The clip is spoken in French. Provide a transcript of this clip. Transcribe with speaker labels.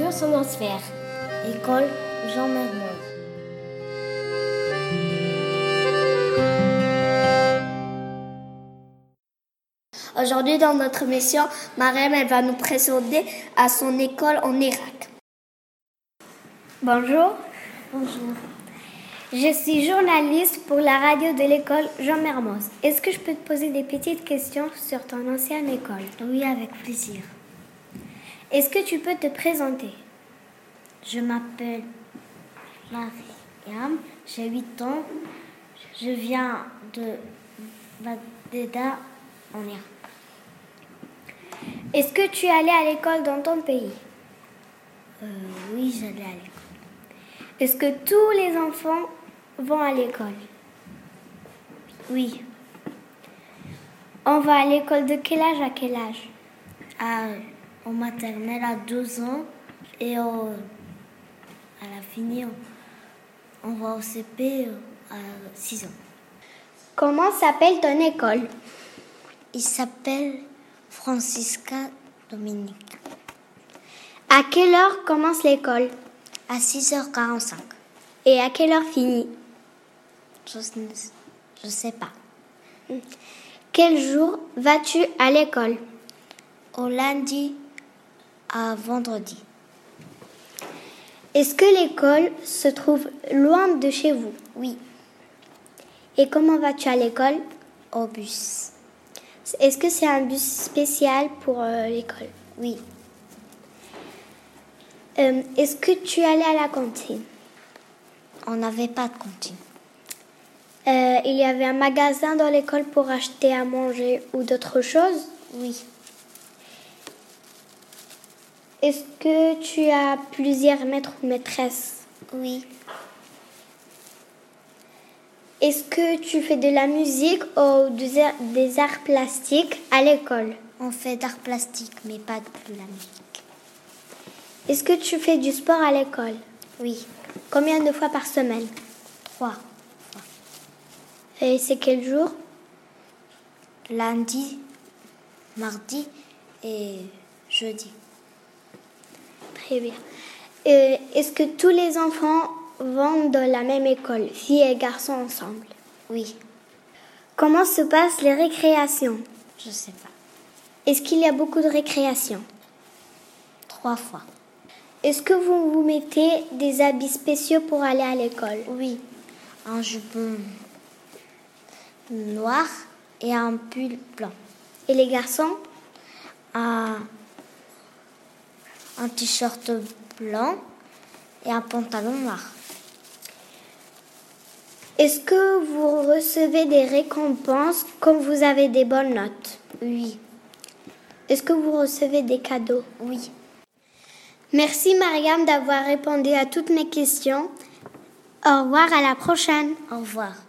Speaker 1: l'atmosphère. École Jean Magnon. Aujourd'hui, dans notre mission, Marem, elle va nous présenter à son école en Irak.
Speaker 2: Bonjour. Bonjour. Je suis journaliste pour la radio de l'école Jean Mermoz. Est-ce que je peux te poser des petites questions sur ton ancienne école
Speaker 3: Oui, avec plaisir.
Speaker 2: Est-ce que tu peux te présenter
Speaker 3: Je m'appelle Mariam, j'ai 8 ans. Je viens de Bagdad en Irak.
Speaker 2: Est-ce que tu es allé à l'école dans ton pays
Speaker 3: Euh, oui, j'allais à l'école.
Speaker 2: Est-ce que tous les enfants vont à l'école
Speaker 3: Oui,
Speaker 2: On va à l'école de quel âge à quel âge
Speaker 3: à, en maternelle à 12 ans et au- à la finie, on, on va au
Speaker 2: euh,
Speaker 3: CP à 6 ans.
Speaker 2: Comment s'appelle ton école
Speaker 3: Il s'appelle Francisca Dominique.
Speaker 2: À quelle heure commence l'école
Speaker 3: À 6h45.
Speaker 2: Et à quelle heure finit
Speaker 3: Je, ne- je sais pas.
Speaker 2: Quel jour vas-tu à l'école
Speaker 3: Au lundi à vendredi.
Speaker 2: Est-ce que l'école se trouve loin de chez vous
Speaker 3: Oui,
Speaker 2: Et comment vas-tu à l'école
Speaker 3: au bus.
Speaker 2: Est-ce que c'est un bus spécial pour euh, l'école
Speaker 3: Oui,
Speaker 2: Euh, Est-ce que tu allais à la cantine
Speaker 3: on n'avait pas de cantine.
Speaker 2: Euh, Il y avait un magasin dans l'école pour acheter à manger ou d'autres choses
Speaker 3: Oui,
Speaker 2: Est-ce que tu as plusieurs maîtres ou maîtresses
Speaker 3: oui,
Speaker 2: Est-ce que tu fais de la musique ou des arts- des arts plastiques à l'école
Speaker 3: on fait d'art plastique, mais pas de la musique.
Speaker 2: Est-ce que tu fais du sport à l'école
Speaker 3: Oui,
Speaker 2: Combien de fois par semaine
Speaker 3: trois.
Speaker 2: Et c'est quel jour
Speaker 3: Lundi, mardi et jeudi.
Speaker 2: Très bien. Euh, Est-ce que tous les enfants vont dans la même école, filles et garçons ensemble
Speaker 3: Oui,
Speaker 2: Comment se passent les récréations
Speaker 3: je sais pas.
Speaker 2: Est-ce qu'il y a beaucoup de récréations
Speaker 3: Trois fois.
Speaker 2: Est-ce que vous vous mettez des habits spéciaux pour aller à l'école
Speaker 3: Oui, un jupon noir et un pull blanc.
Speaker 2: Et les garçons
Speaker 3: Un, un t-shirt blanc et un pantalon noir.
Speaker 2: Est-ce que vous recevez des récompenses quand vous avez des bonnes notes
Speaker 3: Oui,
Speaker 2: Est-ce que vous recevez des cadeaux
Speaker 3: oui.
Speaker 2: Merci Mariam d'avoir répondu à toutes mes questions. Au revoir à la prochaine.
Speaker 3: Au revoir.